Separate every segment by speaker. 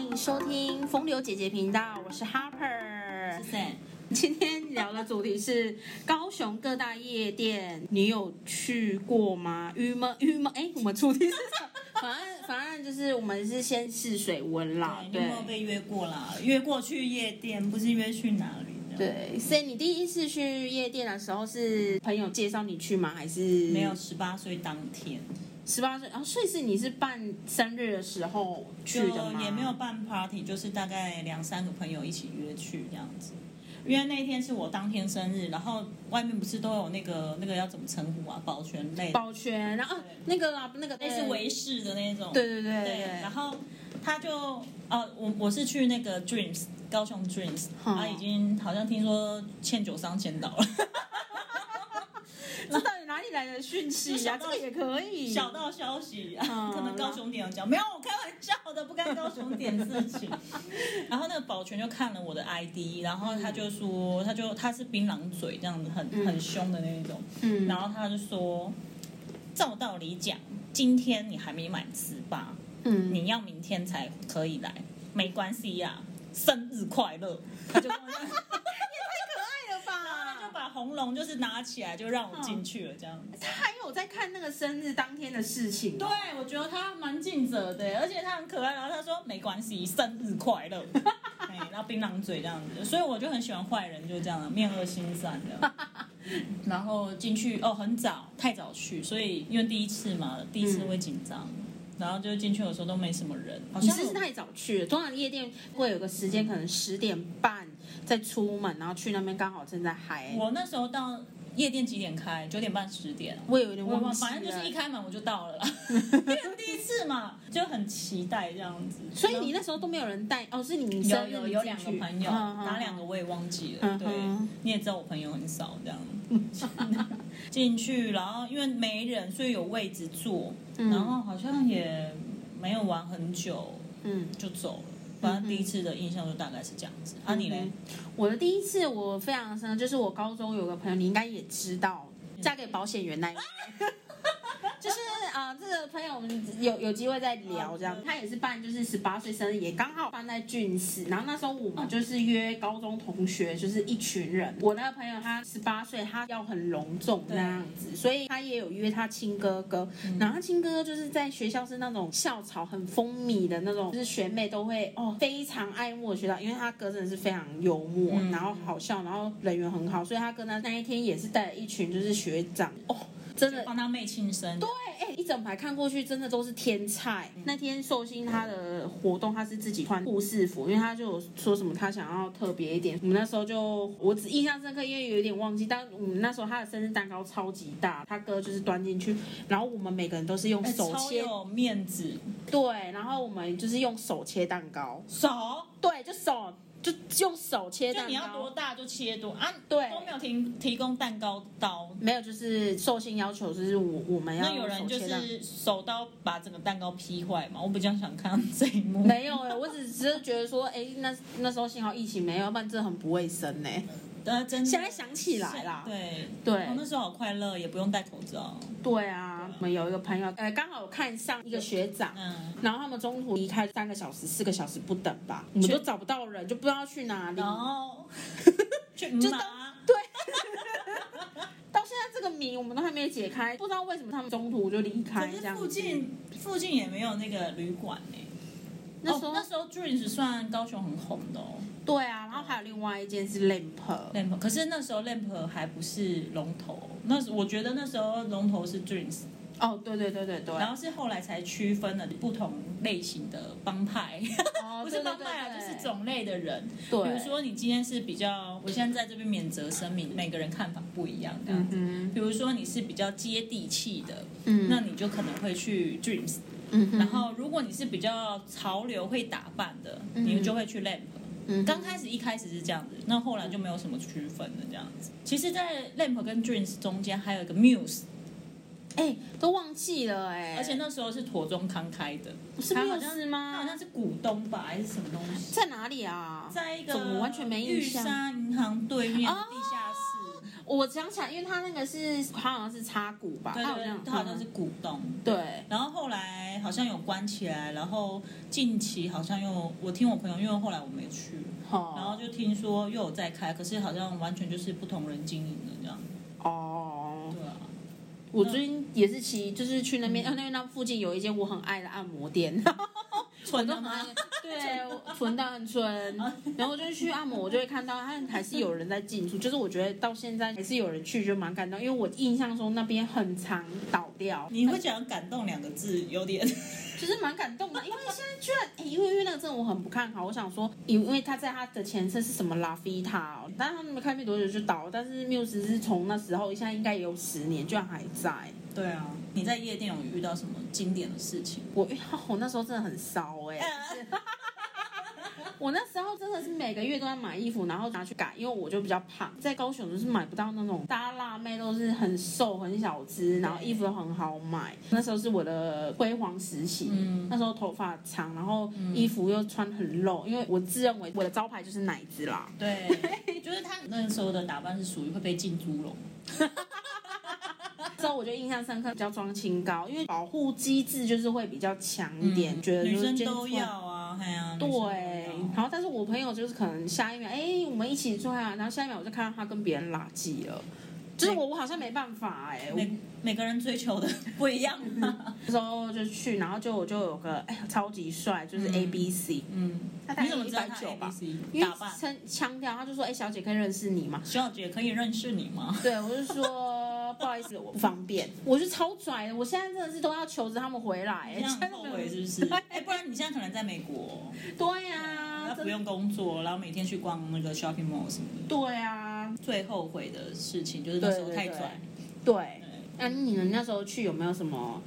Speaker 1: 迎收听风流姐姐频道，我是 Harper，
Speaker 2: 是 Sam
Speaker 1: 今天聊的主题是高雄各大夜店，你有去过吗？郁闷郁闷，哎，我们主题是什么？反正反正就是我们是先试水温啦，
Speaker 2: 你有
Speaker 1: 啊对
Speaker 2: 没有被约过啦？约过去夜店，不是约去哪里的？，
Speaker 1: 对。所以你第一次去夜店的时候是朋友介绍你去吗？还是
Speaker 2: 没有十八岁当天
Speaker 1: 十八岁？哦，所以是你是办生日的时候去
Speaker 2: 就
Speaker 1: 的吗？
Speaker 2: 也没有办 party，就是大概两三个朋友一起约去这样子。因为那一天是我当天生日，然后外面不是都有那个那个要怎么称呼啊？保全类的，
Speaker 1: 保全，然后、啊、那个啦，那个
Speaker 2: 类似维士的那种。
Speaker 1: 对对对
Speaker 2: 对，然后他就哦，我我是去那个 Dreams 高雄 Dreams，
Speaker 1: 哦
Speaker 2: 他已经好像听说欠酒商签到了，
Speaker 1: 这到底哪里来的讯息呀、
Speaker 2: 就想
Speaker 1: 这
Speaker 2: 到
Speaker 1: 个也可以。
Speaker 2: 小道消息啊，
Speaker 1: 嗯
Speaker 2: 可能高雄点有讲，没有，我开玩笑的，不干高雄点事情。然后那个保全就看了我的 ID，然后他就说，他就他是槟榔嘴这样子，很很凶的那一种，
Speaker 1: 嗯
Speaker 2: 然后他就说，照道理讲，今天你还没满十八，
Speaker 1: 嗯，
Speaker 2: 你要明天才可以来，没关系呀、生日快乐！他就跟 我讲，
Speaker 1: 太可爱了
Speaker 2: 他就
Speaker 1: 吧！
Speaker 2: 把红龙就是拿起来，就让我进去了，这样。
Speaker 1: 他还有在看那个生日当天的事情
Speaker 2: 对啊
Speaker 1: 哦、，
Speaker 2: 我觉得他蛮尽责的，而且他很可爱。然后他说没关系，生日 快乐，哎然后槟榔嘴这样子，所以我就很喜欢坏人，就这样面恶心善 的。然后进去哦，很早，太早去，所以因为第一次嘛，第一次会紧张。然后就进去的时候都没什么人，好
Speaker 1: 你嗯
Speaker 2: 像
Speaker 1: 是不是太早去了？通常夜店会有个时间，可能十点半再出门，然后去那边刚好正在嗨。
Speaker 2: 我那时候到夜店几点开？九点半十点哦。
Speaker 1: 我也有点
Speaker 2: 我
Speaker 1: 忘
Speaker 2: 忘
Speaker 1: 记
Speaker 2: 反正就是一
Speaker 1: 了。
Speaker 2: 开门我就 到了啦，因为第一次嘛，就很期待这样子。
Speaker 1: 所以哎你那时候都没有人带哦，是你
Speaker 2: 有
Speaker 1: 生日
Speaker 2: 有
Speaker 1: 你
Speaker 2: 有
Speaker 1: 自己
Speaker 2: 两个
Speaker 1: 去
Speaker 2: 朋友，
Speaker 1: 嗯嗯
Speaker 2: 哪两个
Speaker 1: 嗯
Speaker 2: 我也忘记了。
Speaker 1: 嗯
Speaker 2: 对
Speaker 1: 嗯，
Speaker 2: 你也知道我朋友很少这样。 进去，然后因为没人，所以有位置坐，
Speaker 1: 嗯
Speaker 2: 然后好像也没有玩很久
Speaker 1: 嗯。
Speaker 2: 就走了。反正第一次的印象就大概是这样子。啊，你嘞？
Speaker 1: 我的第一次我非常深，就是我高中有个朋友，你应该也知道，嫁给保险员那一位。 就是啊、呃这个朋友我们有有机会再聊，这样他也是办就是十八岁生日，也刚好办在俊士。然后那时候我们就是约高中同学，就是一群人。我那个朋友他十八岁，他要很隆重那样子，所以他也有约他亲哥哥。然后他亲哥哥就是在学校是那种校草很风靡的那种，就是学妹都会哦非常爱慕的学长，因为他哥真的是非常幽默，
Speaker 2: 嗯
Speaker 1: 然后好笑，然后人缘很好，所以他哥呢那一天也是带了一群就是学长哦。真的
Speaker 2: 帮他妹庆生。对，
Speaker 1: 哎、一整排看过去，真的都是天菜。
Speaker 2: 嗯
Speaker 1: 那天寿星他的活动，他是自己穿护士服，因为他就有说什么他想要特别一点。我们那时候就我只印象深刻，因为有点忘记，但我们那时候他的生日蛋糕超级大，他哥就是端进去，然后我们每个人都是用手
Speaker 2: 哎超
Speaker 1: 切，
Speaker 2: 有面子，
Speaker 1: 对，然后我们就是用手切蛋糕，
Speaker 2: 手。
Speaker 1: 对，就手就用手切
Speaker 2: 就
Speaker 1: 蛋
Speaker 2: 你要多
Speaker 1: 糕。
Speaker 2: 大就切多啊，
Speaker 1: 对
Speaker 2: 都没有提提供蛋糕刀。
Speaker 1: 没有，就是寿星要求，就是我我们要
Speaker 2: 那有人就
Speaker 1: 手切蛋糕
Speaker 2: 是手刀把整个蛋糕劈坏嘛？我比较想看到这一幕。
Speaker 1: 没有哎、我只只是觉得说，哎、那那时候幸好疫情没有，要不然真的很不卫生欸呢、
Speaker 2: 呃，真的
Speaker 1: 现在想起来啦
Speaker 2: 对
Speaker 1: 对
Speaker 2: 哦那时候好快乐，也不用戴口罩。
Speaker 1: 对啊，我们有一个朋友，呃，刚好有看上一个学长，
Speaker 2: 嗯，
Speaker 1: 然后他们中途离开三个小时、四个小时不等吧，我们都找不到人，就不知道去哪里。
Speaker 2: 然 后去
Speaker 1: 就当
Speaker 2: 拿
Speaker 1: 到现在这个谜我们都还没解开，不知道为什么他们中途就离
Speaker 2: 可
Speaker 1: 开这
Speaker 2: 是
Speaker 1: 样
Speaker 2: 附
Speaker 1: 子。
Speaker 2: 近附近也没有那个旅馆呢、
Speaker 1: 那时候、
Speaker 2: 哦、那时候 Dreams 算高雄很红的哦
Speaker 1: 对啊，然后还有另外一件是 Lamp，
Speaker 2: ，Lamp。可是那时候 Lamp 还不是龙头，那时我觉得那时候龙头是 Dreams，
Speaker 1: 哦，对对对对对，
Speaker 2: 然后是后来才区分了不同类型的帮派，
Speaker 1: 哦
Speaker 2: 不是帮派
Speaker 1: 对
Speaker 2: 啊，
Speaker 1: 对
Speaker 2: 就
Speaker 1: 对
Speaker 2: 是种类的人。
Speaker 1: 对，
Speaker 2: 比如说你今天是比较，我现在在这边免责声明，每个人看法不一样这样
Speaker 1: 嗯
Speaker 2: 子。
Speaker 1: 哼，
Speaker 2: 比如说你是比较接地气的，
Speaker 1: 嗯
Speaker 2: 那你就可能会去 Dreams。
Speaker 1: 嗯哼，
Speaker 2: 然后如果你是比较潮流会打扮的，
Speaker 1: 嗯
Speaker 2: 你就会去 Lamp。
Speaker 1: 嗯
Speaker 2: 刚开始一开始是这样子，那后来就没有什么区分了这样子。其实，在 Lamp 跟 Dreams 中间还有一个 Muse，
Speaker 1: 哎、都忘记了哎、
Speaker 2: 而且那时候是妥中康开的，
Speaker 1: 不是
Speaker 2: 他
Speaker 1: 缪
Speaker 2: 好像
Speaker 1: 斯
Speaker 2: 他好
Speaker 1: 吗
Speaker 2: 像？是股东吧，还是什么东西？
Speaker 1: 在哪里啊？
Speaker 2: 在一个
Speaker 1: 怎么完全没印
Speaker 2: 玉
Speaker 1: 象
Speaker 2: 山银行对面
Speaker 1: 哦
Speaker 2: 地下室，
Speaker 1: 我想起来，因为他那个是他好像是插股吧，
Speaker 2: 对
Speaker 1: 他好
Speaker 2: 对，
Speaker 1: 像
Speaker 2: 他好像是股东。
Speaker 1: 嗯对，
Speaker 2: 然后后来好像有关起来，然后近期好像又我听我朋友，因为后来我没去，
Speaker 1: 哦，
Speaker 2: 然后就听说又有在开，可是好像完全就是不同人经营的这样。
Speaker 1: 哦，
Speaker 2: 对啊，嗯
Speaker 1: 我最近也是骑，就是去那边，啊，那边那附近有一间我很爱的按摩 店，
Speaker 2: 蠢
Speaker 1: 都
Speaker 2: 的
Speaker 1: 很
Speaker 2: 吗哦
Speaker 1: 爱？，对，我纯到很纯， 然后我就去按摩，我就会看到他还是有人在进出，就是我觉得到现在还是有人去，就蛮感动，因为我印象中那边很常倒掉，
Speaker 2: 你会讲“感动”两个字，有点
Speaker 1: 就是蛮感动的，因为现在居然，哎、因为因为那个真的我很不看好，我想说，因为他在他的前身是什么拉菲塔哦，但是他们开没多久就倒了，但是缪斯是从那时候，现在应该也有十年，居然还在。
Speaker 2: 对啊。你在夜店有遇到什么经典的事 情？
Speaker 1: 我遇到我那时候真的很骚哎、
Speaker 2: 嗯
Speaker 1: 我那时候真的是每个月都在买衣服，然后拿去改，因为我就比较胖，在高雄就是买不到那种大家辣妹都是很瘦很小只，然后衣服都很好买。那时候是我的辉煌时期，
Speaker 2: 嗯
Speaker 1: 那时候头发长，然后衣服又穿很露，因为我自认为我的招牌就是奶子啦。
Speaker 2: 对， 就是他那时候的打扮是属于会被浸猪笼。
Speaker 1: 之后我就印象深刻，比较装清高，因为保护机制就是会比较强一点，嗯觉得
Speaker 2: 嗯女
Speaker 1: 就是
Speaker 2: 生
Speaker 1: gentleman
Speaker 2: 都要啊，哎呀、女生都
Speaker 1: 对
Speaker 2: 要，
Speaker 1: 然后但是我朋友就是可能下一秒，哎、我们一起做啊，然后下一秒我就看到他跟别人拉近了，就是我我好像没办法哎、我
Speaker 2: 每每个人追求的不一样嘛。
Speaker 1: 那时候就去，然后就我就有个哎、呀超级帅，就是
Speaker 2: 嗯
Speaker 1: A B C，、
Speaker 2: 嗯，
Speaker 1: 他大概
Speaker 2: 你怎么知道他
Speaker 1: 190吧
Speaker 2: ABC
Speaker 1: 因为
Speaker 2: 打扮？
Speaker 1: 腔腔调，他就说哎、小姐可以认识你吗？
Speaker 2: 小姐可以认识你吗？
Speaker 1: 对，我就说不好意思，我不方 便，我就超拽的，我现在真的是都要求着他们回来、哎
Speaker 2: 你这样
Speaker 1: 真
Speaker 2: 很
Speaker 1: 的
Speaker 2: 后悔是不是？哎、不然你现在可能在美国，
Speaker 1: 对呀、
Speaker 2: 哎那
Speaker 1: 真
Speaker 2: 不
Speaker 1: 的
Speaker 2: 用工作，然后每天去逛那个 shopping mall 什么的。
Speaker 1: 对啊，
Speaker 2: 最后悔的事情就是那时候太拽。
Speaker 1: 对
Speaker 2: 对。
Speaker 1: 那、你们那时候去有没有什么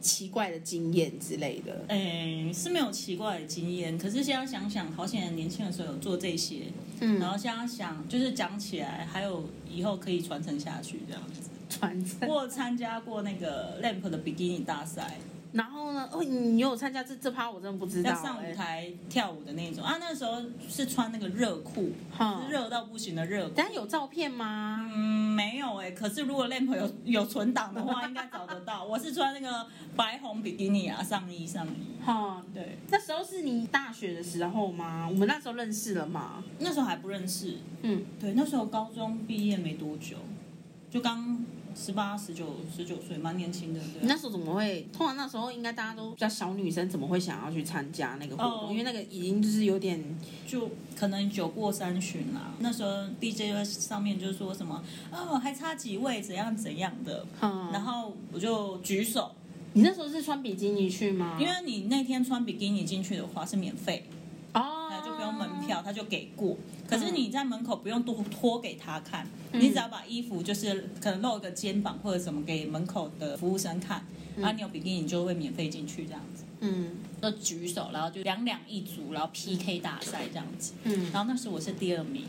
Speaker 1: 奇怪的经验之类的？
Speaker 2: 哎，是没有奇怪的经验，可是现在想想，好险年轻的时候有做这些，然
Speaker 1: 嗯，
Speaker 2: 后现在想就是讲起来，还有以后可以传承下去这样子。
Speaker 1: 传承。
Speaker 2: 我有参加过那个 Lamp 的比基尼大赛，
Speaker 1: 然后呢？哦，你有参加这这趴，我真的不知道、
Speaker 2: 要
Speaker 1: 欸。
Speaker 2: 上舞台跳舞的那种啊，那时候是穿那个热裤，
Speaker 1: 哈
Speaker 2: 是，热到不行的热裤。
Speaker 1: 但有照片吗？
Speaker 2: 嗯，没有哎、可是如果 Lamp 有有存档的话，应该找得 到。我是穿那个白红比基尼啊，上衣上衣。
Speaker 1: 哈，
Speaker 2: 对，
Speaker 1: 那时候是你大学的时候吗？我们那时候认识了吗？
Speaker 2: 那时候还不认识。
Speaker 1: 嗯，
Speaker 2: 对，那时候高中毕业没多久，就刚十八、十九、十九岁，蛮年轻的。
Speaker 1: 你
Speaker 2: 对啊，
Speaker 1: 那时候怎么会？通常那时候应该大家都比较小女生，怎么会想要去参加那个活动？
Speaker 2: 哦
Speaker 1: 因为那个已经就是有点
Speaker 2: 就可能酒过三巡啦、那时候 DJ 上面就说什么哦，还差几位，怎样怎样的。
Speaker 1: 哈。
Speaker 2: 嗯然后我就举手，
Speaker 1: 嗯你那时候是穿比基尼去吗？
Speaker 2: 因为你那天穿比基尼进去的话是免费，
Speaker 1: 哦
Speaker 2: 那，就不用门票，他就给过。可是你在门口不用多脱给他看，
Speaker 1: 嗯
Speaker 2: 你只要把衣服就是可能露一个肩膀或者什么给门口的服务生看，啊，你有比基尼你就会免费进去这样子。
Speaker 1: 嗯
Speaker 2: 都举手，然后就两两一组，然后 PK 大赛这样子。
Speaker 1: 嗯。
Speaker 2: 然后那时候我是第二名，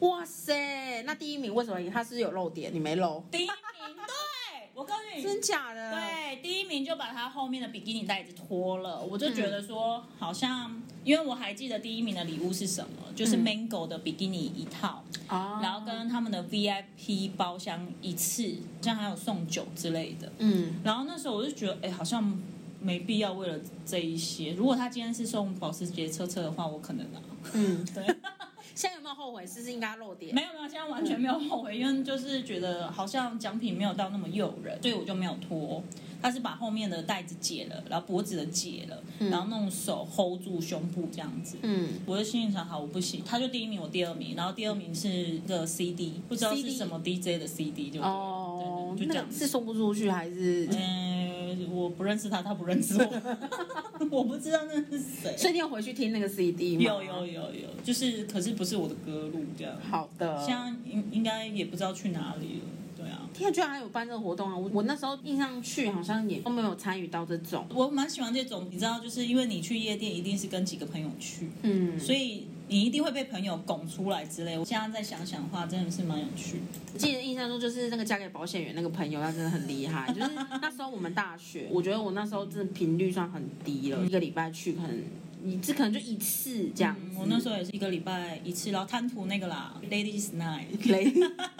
Speaker 1: 哇塞，那第一名为什么他是有漏点？你没漏？
Speaker 2: 第一名，对我告诉你。
Speaker 1: 真假的？，
Speaker 2: 对，第一名就把他后面的比基尼带子脱了，我就觉得说，好像因为我还记得第一名的礼物是什么，就是
Speaker 1: 嗯
Speaker 2: Mango 的比基尼一套，
Speaker 1: 哦，
Speaker 2: 然后跟他们的 VIP 包厢一次，这样还有送酒之类的。
Speaker 1: 嗯
Speaker 2: 然后那时候我就觉得，哎，好像没必要为了这一些。如果他今天是送保时捷车车的话，我可能啊，
Speaker 1: 嗯，
Speaker 2: 对，
Speaker 1: 现在有没有后悔？是不是应该漏点？
Speaker 2: 没有没有，现在完全没有后悔，因为就是觉得好像奖品没有到那么诱人，所以我就没有脱。他是把后面的带子解了，然后脖子的解了，然后弄手 hold 住胸部这样子。
Speaker 1: 嗯，
Speaker 2: 我就心里想，好，我不行。他就第一名，我第二名，然后第二名是一个 CD，不知道是
Speaker 1: CD
Speaker 2: 什么 DJ 的 CD 就对了
Speaker 1: 哦，
Speaker 2: 对对对就
Speaker 1: 那
Speaker 2: 这样
Speaker 1: 个
Speaker 2: 子。
Speaker 1: 是送不出去还是？
Speaker 2: 嗯，我不认识他，他不认识我，我 不知道那是谁。
Speaker 1: 所以你有回去听那个 CD 吗？
Speaker 2: 有有。有有，就是可是不是我的歌路这样。
Speaker 1: 好的。
Speaker 2: 现在应应该也不知道去哪里了，对啊。
Speaker 1: 天啊，居然还有办这个活动啊！我我那时候印象去好像也都没有参与到这种。
Speaker 2: 我蛮喜欢这种，你知道，就是因为你去夜店一定是跟几个朋友去，
Speaker 1: 嗯，
Speaker 2: 所以你一定会被朋友拱出来之类。我现在再想想的话，真的是蛮有趣的。
Speaker 1: 记得印象中就是那个嫁给保险员那个朋友，他真的很厉 害。就是那时候我们大学，我觉得我那时候真的频率算很低了，一个礼拜去可能你这可能就一次这样
Speaker 2: 嗯我那时候也是一个礼拜一次，然后贪图那个啦，Ladies Night，
Speaker 1: 雷。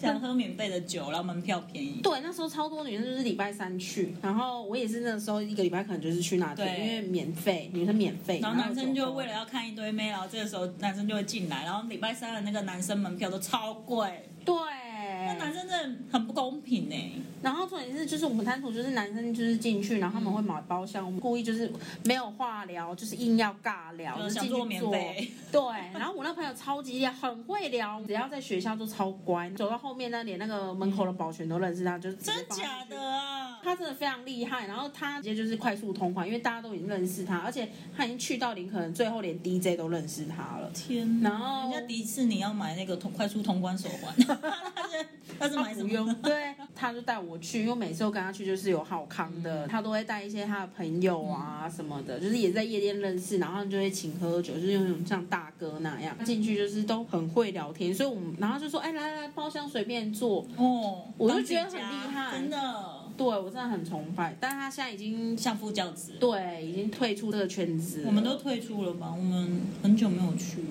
Speaker 2: 想喝免费的酒，然后门票便宜。
Speaker 1: 对，那时候超多女生就是礼拜三去，然后我也是那时候一个礼拜可能就是去那天，
Speaker 2: 对
Speaker 1: 因为免费，女生免费，
Speaker 2: 然后男生就为了
Speaker 1: 有酒喝
Speaker 2: 要看一堆妹，然后这个时候男生就会进来，然后礼拜三的那个男生门票都超贵，那男
Speaker 1: 对，
Speaker 2: 生真的很不公平哎、
Speaker 1: 然后重点是就是我们贪图就是男生就是进去，然后他
Speaker 2: 嗯
Speaker 1: 们会买包厢，我们故意就是没有话聊，就是硬要尬聊，
Speaker 2: 就
Speaker 1: 就进
Speaker 2: 嗯想
Speaker 1: 去
Speaker 2: 做
Speaker 1: 坐
Speaker 2: 免费，
Speaker 1: 对，然后我那朋友超级厉害很会聊，只要在学校都超乖，走到后面那连那个门口的保全都认识他，就是直接
Speaker 2: 真
Speaker 1: 放他
Speaker 2: 假
Speaker 1: 进去
Speaker 2: 的啊？
Speaker 1: 他真的非常厉害，然后他直接就是快速通关，因为大家都已经认识他，而且他已经去到林肯，最后连 DJ 都认识他了。
Speaker 2: 天哪，
Speaker 1: 然后
Speaker 2: 人家迪士尼要买那个通快速通关手 环，他是他是买什
Speaker 1: 啊不
Speaker 2: 么
Speaker 1: 用？，对，他就带我去，因为每次我跟他去就是有好康
Speaker 2: 嗯
Speaker 1: 的，他都会带一些他的朋友啊什么的，就是也在夜店认识，然后就会请喝酒，就是有种像大哥那样，他进去就是都很会聊天，所以我们然后就说，哎，来来来，包厢随便坐。
Speaker 2: 哦，
Speaker 1: 我就
Speaker 2: 当自己
Speaker 1: 觉得很
Speaker 2: 家
Speaker 1: 厉害
Speaker 2: 真的
Speaker 1: 对我真的很崇拜，但他现在已经
Speaker 2: 相夫教子。
Speaker 1: 对已经退出这个圈子了，
Speaker 2: 我们都退出了吧？我们很久没有去了。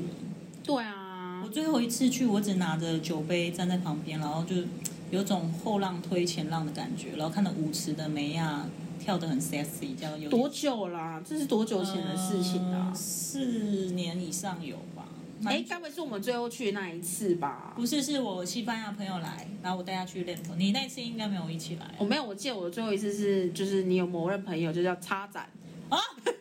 Speaker 1: 对啊
Speaker 2: 我，最后一次去，我只拿着酒杯站在旁边，然后就有种后浪推前浪的感觉，然后看到舞池的梅亚跳得很 sexy，这样有
Speaker 1: 多久啦、这是多久前的事情啦、
Speaker 2: 嗯四年以上有吧？
Speaker 1: 哎、
Speaker 2: 蛮
Speaker 1: 该不会是我们最后去的那一次吧？
Speaker 2: 不是，是我西班牙朋友来，然后我带他去 l a m 你那次应该没有一起来啊
Speaker 1: 我没有，我记得我最后一次是，就是你有某任朋友就叫插展，
Speaker 2: 啊！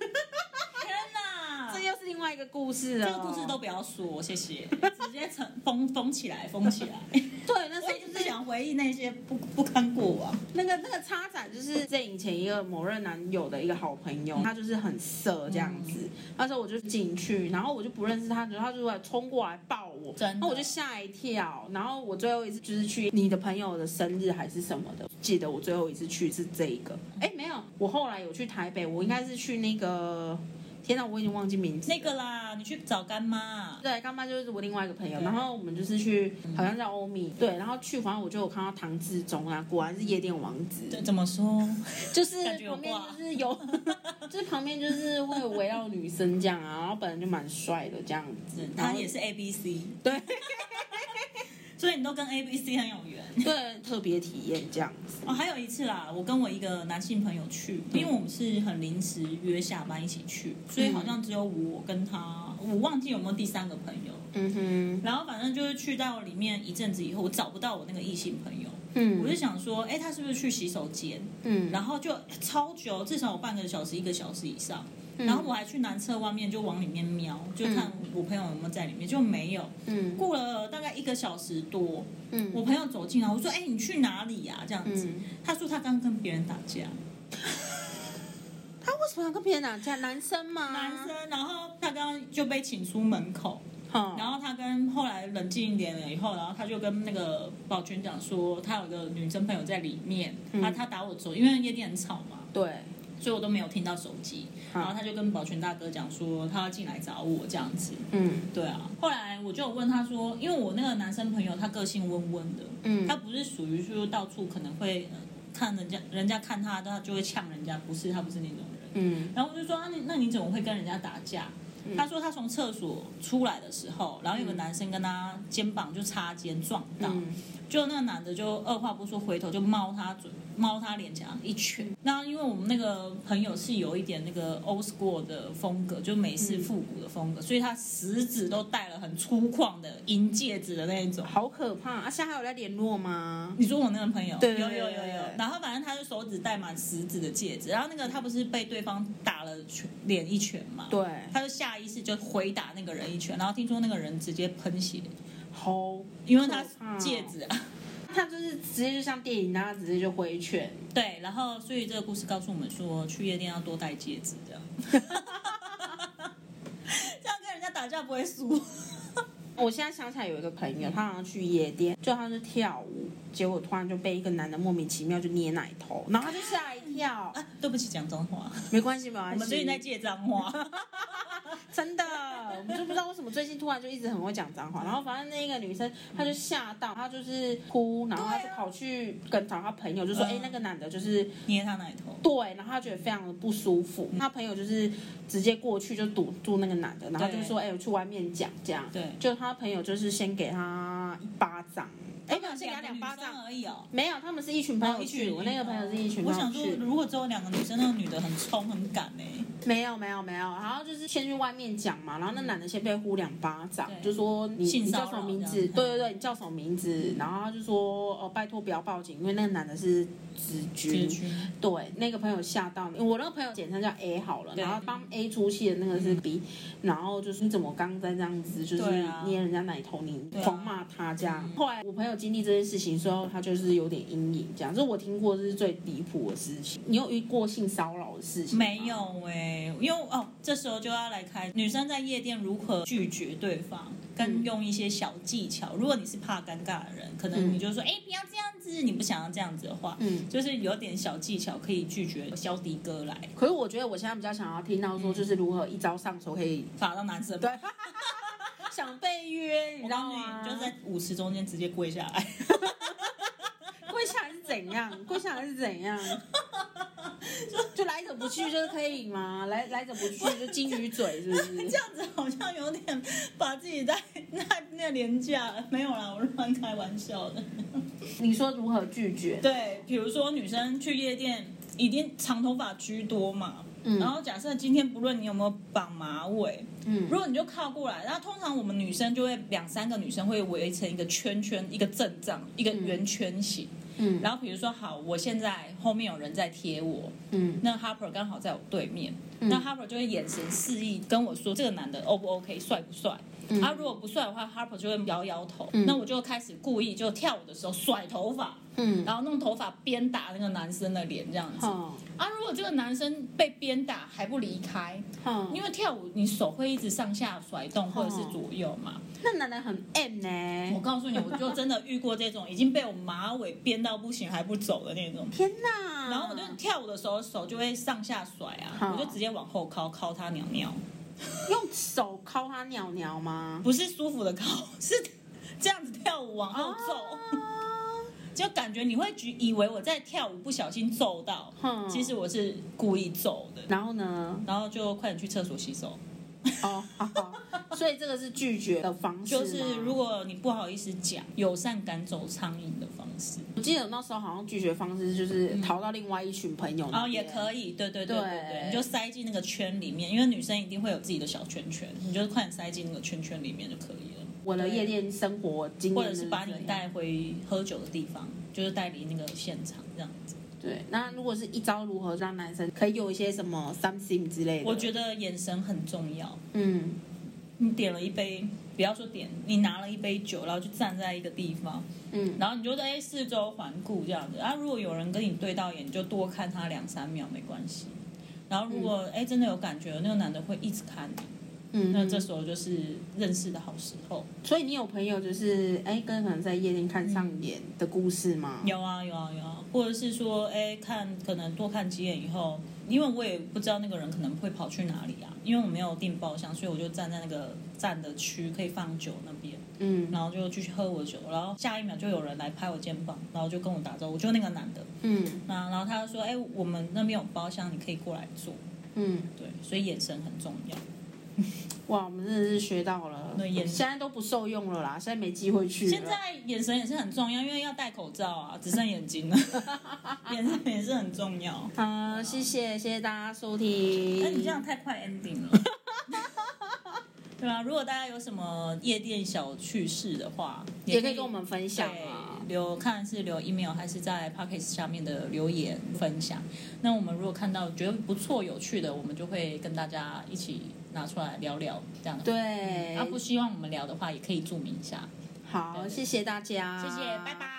Speaker 2: 天哪，
Speaker 1: 这又是另外一个故事了。
Speaker 2: 这个故事都不要说，谢谢，直接成封封起来，封 起来。
Speaker 1: 对，那时
Speaker 2: 我
Speaker 1: 候
Speaker 2: 已
Speaker 1: 就
Speaker 2: 经不
Speaker 1: 是
Speaker 2: 想回忆那些不不堪过往。
Speaker 1: 那个那个插展，就是这以前一个某任男友的一个好朋友，他就是很色这样子。
Speaker 2: 嗯
Speaker 1: 那时候我就进去，然后我就不认识他，然后他就来冲过来抱我，
Speaker 2: 真的
Speaker 1: 然后我就吓一跳。然后我最后一次就是去你的朋友的生日还是什么的，记得我最后一次去是这一个。哎，没有，我后来有去台北，我应该是去那个，天哪，我已经忘记名字了。
Speaker 2: 那个啦，你去找干妈。
Speaker 1: 对，干妈就是我另外一个朋友，
Speaker 2: 对
Speaker 1: 然后我们就是去，好像叫欧米，对，然后去，反正我就有看到唐志忠啊，果然是夜店王子，
Speaker 2: 对，怎么说？
Speaker 1: 就是
Speaker 2: 感觉有
Speaker 1: 旁边
Speaker 2: 挂
Speaker 1: 就是有， 就是旁边就是会围绕女生这样啊，然后本来就蛮帅的这样子，然
Speaker 2: 他
Speaker 1: 后
Speaker 2: 也是 A B C，
Speaker 1: 对
Speaker 2: 所以你都跟 A B C 很有缘。
Speaker 1: 对特别体验这样子，
Speaker 2: 哦，还有一次啦，我跟我一个男性朋友去，因为我们是很临时约下班一起去，所以好像只有我跟他，我忘记有没有第三个朋友。
Speaker 1: 嗯哼，
Speaker 2: 然后反正就是去到里面一阵子以后，我找不到我那个异性朋友，我
Speaker 1: 嗯
Speaker 2: 就想说，哎，他是不是去洗手间？
Speaker 1: 嗯，
Speaker 2: 然后就超久，至少有半个小时、一个小时以上。然后我还去男厕外面就往里面瞄，就看我朋友有没有在里面，就没有。
Speaker 1: 嗯
Speaker 2: 过了大概一个小时多，
Speaker 1: 嗯
Speaker 2: 我朋友走进来，我说：“哎、你去哪里呀、这样子，
Speaker 1: 嗯，
Speaker 2: 他说他刚跟别人打架，
Speaker 1: 他为什么要跟别人打架？男生吗？
Speaker 2: 男，生，然后他刚就被请出门口，然
Speaker 1: 好，
Speaker 2: 后他跟后来冷静一点了以后，然后他就跟那个保全讲说，他有一个女生朋友在里面，
Speaker 1: 嗯
Speaker 2: 他他打我手，因为夜店很吵嘛，
Speaker 1: 对，
Speaker 2: 所以我都没有听到手机，
Speaker 1: 好
Speaker 2: 然后他就跟保全大哥讲说，他要进来找我这样子，
Speaker 1: 嗯
Speaker 2: 对啊，后来我就有问他说，因为我那个男生朋友他个性温温的，
Speaker 1: 嗯
Speaker 2: 他不是属于就是到处可能会呃看人家，人家看他，他就会呛人家，不是他不是那种人。
Speaker 1: 嗯
Speaker 2: 然后我就说，啊、你那你怎么会跟人家打架？他说他从厕所出来的时候，然后有个男生跟他肩膀就擦肩撞到，
Speaker 1: 嗯
Speaker 2: 就那个男的就二话不说回头就猫他嘴，猫他脸颊一拳。那因为我们那个朋友是有一点那个 old school 的风格，就美式复古的风格，所以他食指都戴了很粗犷的银戒指的那一种。
Speaker 1: 好可怕啊！现在还有在联络吗？
Speaker 2: 你说我那个朋友，
Speaker 1: 对对
Speaker 2: 有
Speaker 1: 对
Speaker 2: 有有
Speaker 1: 对
Speaker 2: 有
Speaker 1: 对，
Speaker 2: 然后反正他就手指戴满食指的戒指，然后那个他不是被对方打了拳脸一拳嘛，
Speaker 1: 对，
Speaker 2: 他就下意识就回打那个人一拳，然后听说那个人直接喷血，
Speaker 1: 好，
Speaker 2: 因为他
Speaker 1: 可怕哦
Speaker 2: 戒指啊，
Speaker 1: 他就是直接就像电影那样，直接就挥拳。
Speaker 2: 对，然后所以这个故事告诉我们说，去夜店要多戴戒指， 这样，这样跟人家打架不会输。
Speaker 1: 我现在想起来有一个朋友，他好像去夜店，就他就跳舞，结果突然就被一个男的莫名其妙就捏奶头，然后他就吓一跳。
Speaker 2: 啊，对不起，讲脏话，
Speaker 1: 没关系，没
Speaker 2: 我
Speaker 1: 关系。
Speaker 2: 们最近在借脏 话。
Speaker 1: 真的，我们就不知道为什么最近突然就一直很会讲脏话。然后反正那个女生她就吓到，她就是哭，然后她就
Speaker 2: 对啊
Speaker 1: 跑去跟找她朋友，就说：“
Speaker 2: 嗯
Speaker 1: 哎、那个男的就是
Speaker 2: 捏他奶头，
Speaker 1: 对，然后他觉得非常的不舒服，
Speaker 2: 嗯
Speaker 1: 他朋友就是直接过去就堵住那个男的，然后就说：“哎、我去外面讲这样。”
Speaker 2: 对
Speaker 1: 就他朋友就是先给他一巴掌，哎，没有，先给他两巴
Speaker 2: 女生
Speaker 1: 掌，
Speaker 2: 而已哦。
Speaker 1: 没有，他们是一群朋友
Speaker 2: 一
Speaker 1: 去，
Speaker 2: 群，哦
Speaker 1: 我那个朋友是一群
Speaker 2: 我
Speaker 1: 朋
Speaker 2: 想
Speaker 1: 友
Speaker 2: 说，
Speaker 1: 去，嗯
Speaker 2: 如果只有两个女生，那个女的很冲很敢哎，
Speaker 1: 没有没有没有，然后就是先去外面讲嘛，然后那男的先被呼两巴掌，
Speaker 2: 嗯对
Speaker 1: 就说你
Speaker 2: 性
Speaker 1: 你叫
Speaker 2: 骚扰
Speaker 1: 什么名
Speaker 2: 这
Speaker 1: 字？
Speaker 2: 样嗯
Speaker 1: 对对对，你叫什么名字？然后他就说：“哦，拜托不要报警，因为那个男的是直军。”
Speaker 2: 军
Speaker 1: 对，那个朋友吓到你。我那个朋友简称叫 A 好了，
Speaker 2: 对
Speaker 1: 然后帮 A 出气的那个是 B，、然后就是你怎么刚才这样子，就是
Speaker 2: 对啊
Speaker 1: 捏人家奶头，你
Speaker 2: 对啊
Speaker 1: 狂骂他这样。后来我朋友经历这件事情之后，他就是有点阴影，这样，这是我听过这是最离谱的事情。你有遇过性骚扰的事情吗
Speaker 2: 没？有哎，因为哦，这时候就要来开女生在夜店如何拒绝对方，跟
Speaker 1: 嗯
Speaker 2: 用一些小技巧。如果你是怕尴尬的人，可能
Speaker 1: 嗯
Speaker 2: 你就说，哎，不要这样子，你不想要这样子的话，
Speaker 1: 嗯，
Speaker 2: 就是有点小技巧可以拒绝小迪哥来
Speaker 1: 可是我觉得我现在比较想要听到说，就是如何一招上手可以
Speaker 2: 打到男生。
Speaker 1: 对啊想被约，你
Speaker 2: 我
Speaker 1: 知道
Speaker 2: 告诉你，
Speaker 1: 吗？
Speaker 2: 就在舞池中间直接跪下来。
Speaker 1: 跪下来是怎样？跪下来是怎样？就来者不拒就是可以吗？来来者不拒就金鱼嘴是不
Speaker 2: 这
Speaker 1: 是？
Speaker 2: 样子好像有点把自己在 那那廉价了，没有啦，我乱开玩笑的。
Speaker 1: 你说如何拒绝？
Speaker 2: 对，比如说女生去夜店，一定长头发居多嘛。
Speaker 1: 嗯
Speaker 2: 然后假设今天不论你有没有绑马尾，
Speaker 1: 嗯
Speaker 2: 如果你就靠过来，那通常我们女生就会两三个女生会围成一个圈圈，一个阵仗，一个圆圈形。
Speaker 1: 嗯
Speaker 2: 然后比如说好，我现在后面有人在贴我，
Speaker 1: 嗯
Speaker 2: 那 Harper 刚好在我对面，
Speaker 1: 嗯
Speaker 2: 那 Harper 就会眼神示意跟我说这个男的 O 不 OK，帅不帅？
Speaker 1: 嗯
Speaker 2: 他、如果不帅的话，Harper 就会摇摇头。
Speaker 1: 嗯
Speaker 2: 那我就开始故意就跳舞的时候甩头发，
Speaker 1: 嗯，
Speaker 2: 然后弄头发鞭打那个男生的脸这样子。
Speaker 1: 好
Speaker 2: 啊，如果这个男生被鞭打还不离开，
Speaker 1: 好，
Speaker 2: 因为跳舞你手会一直上下甩动或者是左右嘛。
Speaker 1: 那男的很 M
Speaker 2: 我
Speaker 1: 呢。
Speaker 2: 告诉你，我就真的遇过这种已经被我马尾鞭到不行还不走的那种。
Speaker 1: 天哪！
Speaker 2: 然后我就跳舞的时候手就会上下甩啊，
Speaker 1: 好
Speaker 2: 我就直接往后靠靠他尿尿，
Speaker 1: 用手敲他尿尿吗？
Speaker 2: 不是舒服的靠，是这样子跳舞往后揍，
Speaker 1: 啊
Speaker 2: 就感觉你会觉以为我在跳舞不小心揍到，
Speaker 1: 哼
Speaker 2: 其实我是故意揍的，
Speaker 1: 然后呢？
Speaker 2: 然后就快点去厕所洗手。
Speaker 1: 哦，好好，所以这个是拒绝的方式吗。
Speaker 2: 就是如果你不好意思讲，友善赶走苍蝇的方式，
Speaker 1: 我记得我那时候好像拒绝方式就是逃到另外一群朋友那
Speaker 2: 嗯哦也
Speaker 1: 边
Speaker 2: 可以，对对对
Speaker 1: 对
Speaker 2: 对对，你就塞进那个圈里面，因为女生一定会有自己的小圈圈，你就快点塞进那个圈圈里面就可以了。
Speaker 1: 我的夜店生活经验，
Speaker 2: 或者是把你。带回喝酒的地方，就是带离那个现场这样子。
Speaker 1: 对，那如果是一招如何让男生可以有一些什么 something 之类的，
Speaker 2: 我觉
Speaker 1: 得，
Speaker 2: 得眼神很重要。
Speaker 1: 嗯
Speaker 2: 你点了一杯，不要说点，你拿了一杯酒，然后就站在一个地方，
Speaker 1: 嗯，
Speaker 2: 然后你就在四周环顾这样子。啊，如果有人跟你对到眼，你就多看他两三秒，没关系。然后如果哎、真的有感觉，那个男的会一直看你，
Speaker 1: 嗯，
Speaker 2: 那这时候就是认识的好时候。
Speaker 1: 所以你有朋友就是哎，跟可能在夜店看上眼的故事吗？
Speaker 2: 有啊有啊有啊，或者是说，哎，看可能多看几眼以后，因为我也不知道那个人可能会跑去哪里啊，因为我没有订包厢，所以我就站在那个站的区可以放酒那边，
Speaker 1: 嗯
Speaker 2: 然后就继续喝我的酒，然后下一秒就有人来拍我肩膀，然后就跟我打招呼，就那个男的，
Speaker 1: 嗯
Speaker 2: 那然后他就说，哎，我们那边有包厢，你可以过来坐，
Speaker 1: 嗯，
Speaker 2: 对，所以眼神很重要。
Speaker 1: 哇，我们真的是学到了
Speaker 2: 那，眼
Speaker 1: 现在都不受用了啦，现在没机会去了。
Speaker 2: 现在眼神也是很重要，因为要戴口罩啊，只剩眼睛了， 眼神也是很重要。
Speaker 1: 好，呃谢谢谢谢大家收听。
Speaker 2: 那你这样太快 ending 了。 对啊，如果大家有什么夜店小趣事的话，
Speaker 1: 也可以跟我们分享
Speaker 2: 对
Speaker 1: 啊。
Speaker 2: 留看是留 email 还是在 p o c k e t 下面的留言分享。那我们如果看到觉得不错有趣的，我们就会跟大家一起拿出来聊聊这样的。
Speaker 1: 对，
Speaker 2: 嗯啊，不希望我们聊的话，也可以注明一下。
Speaker 1: 好，
Speaker 2: 对对
Speaker 1: 谢谢大家，
Speaker 2: 谢谢，拜拜。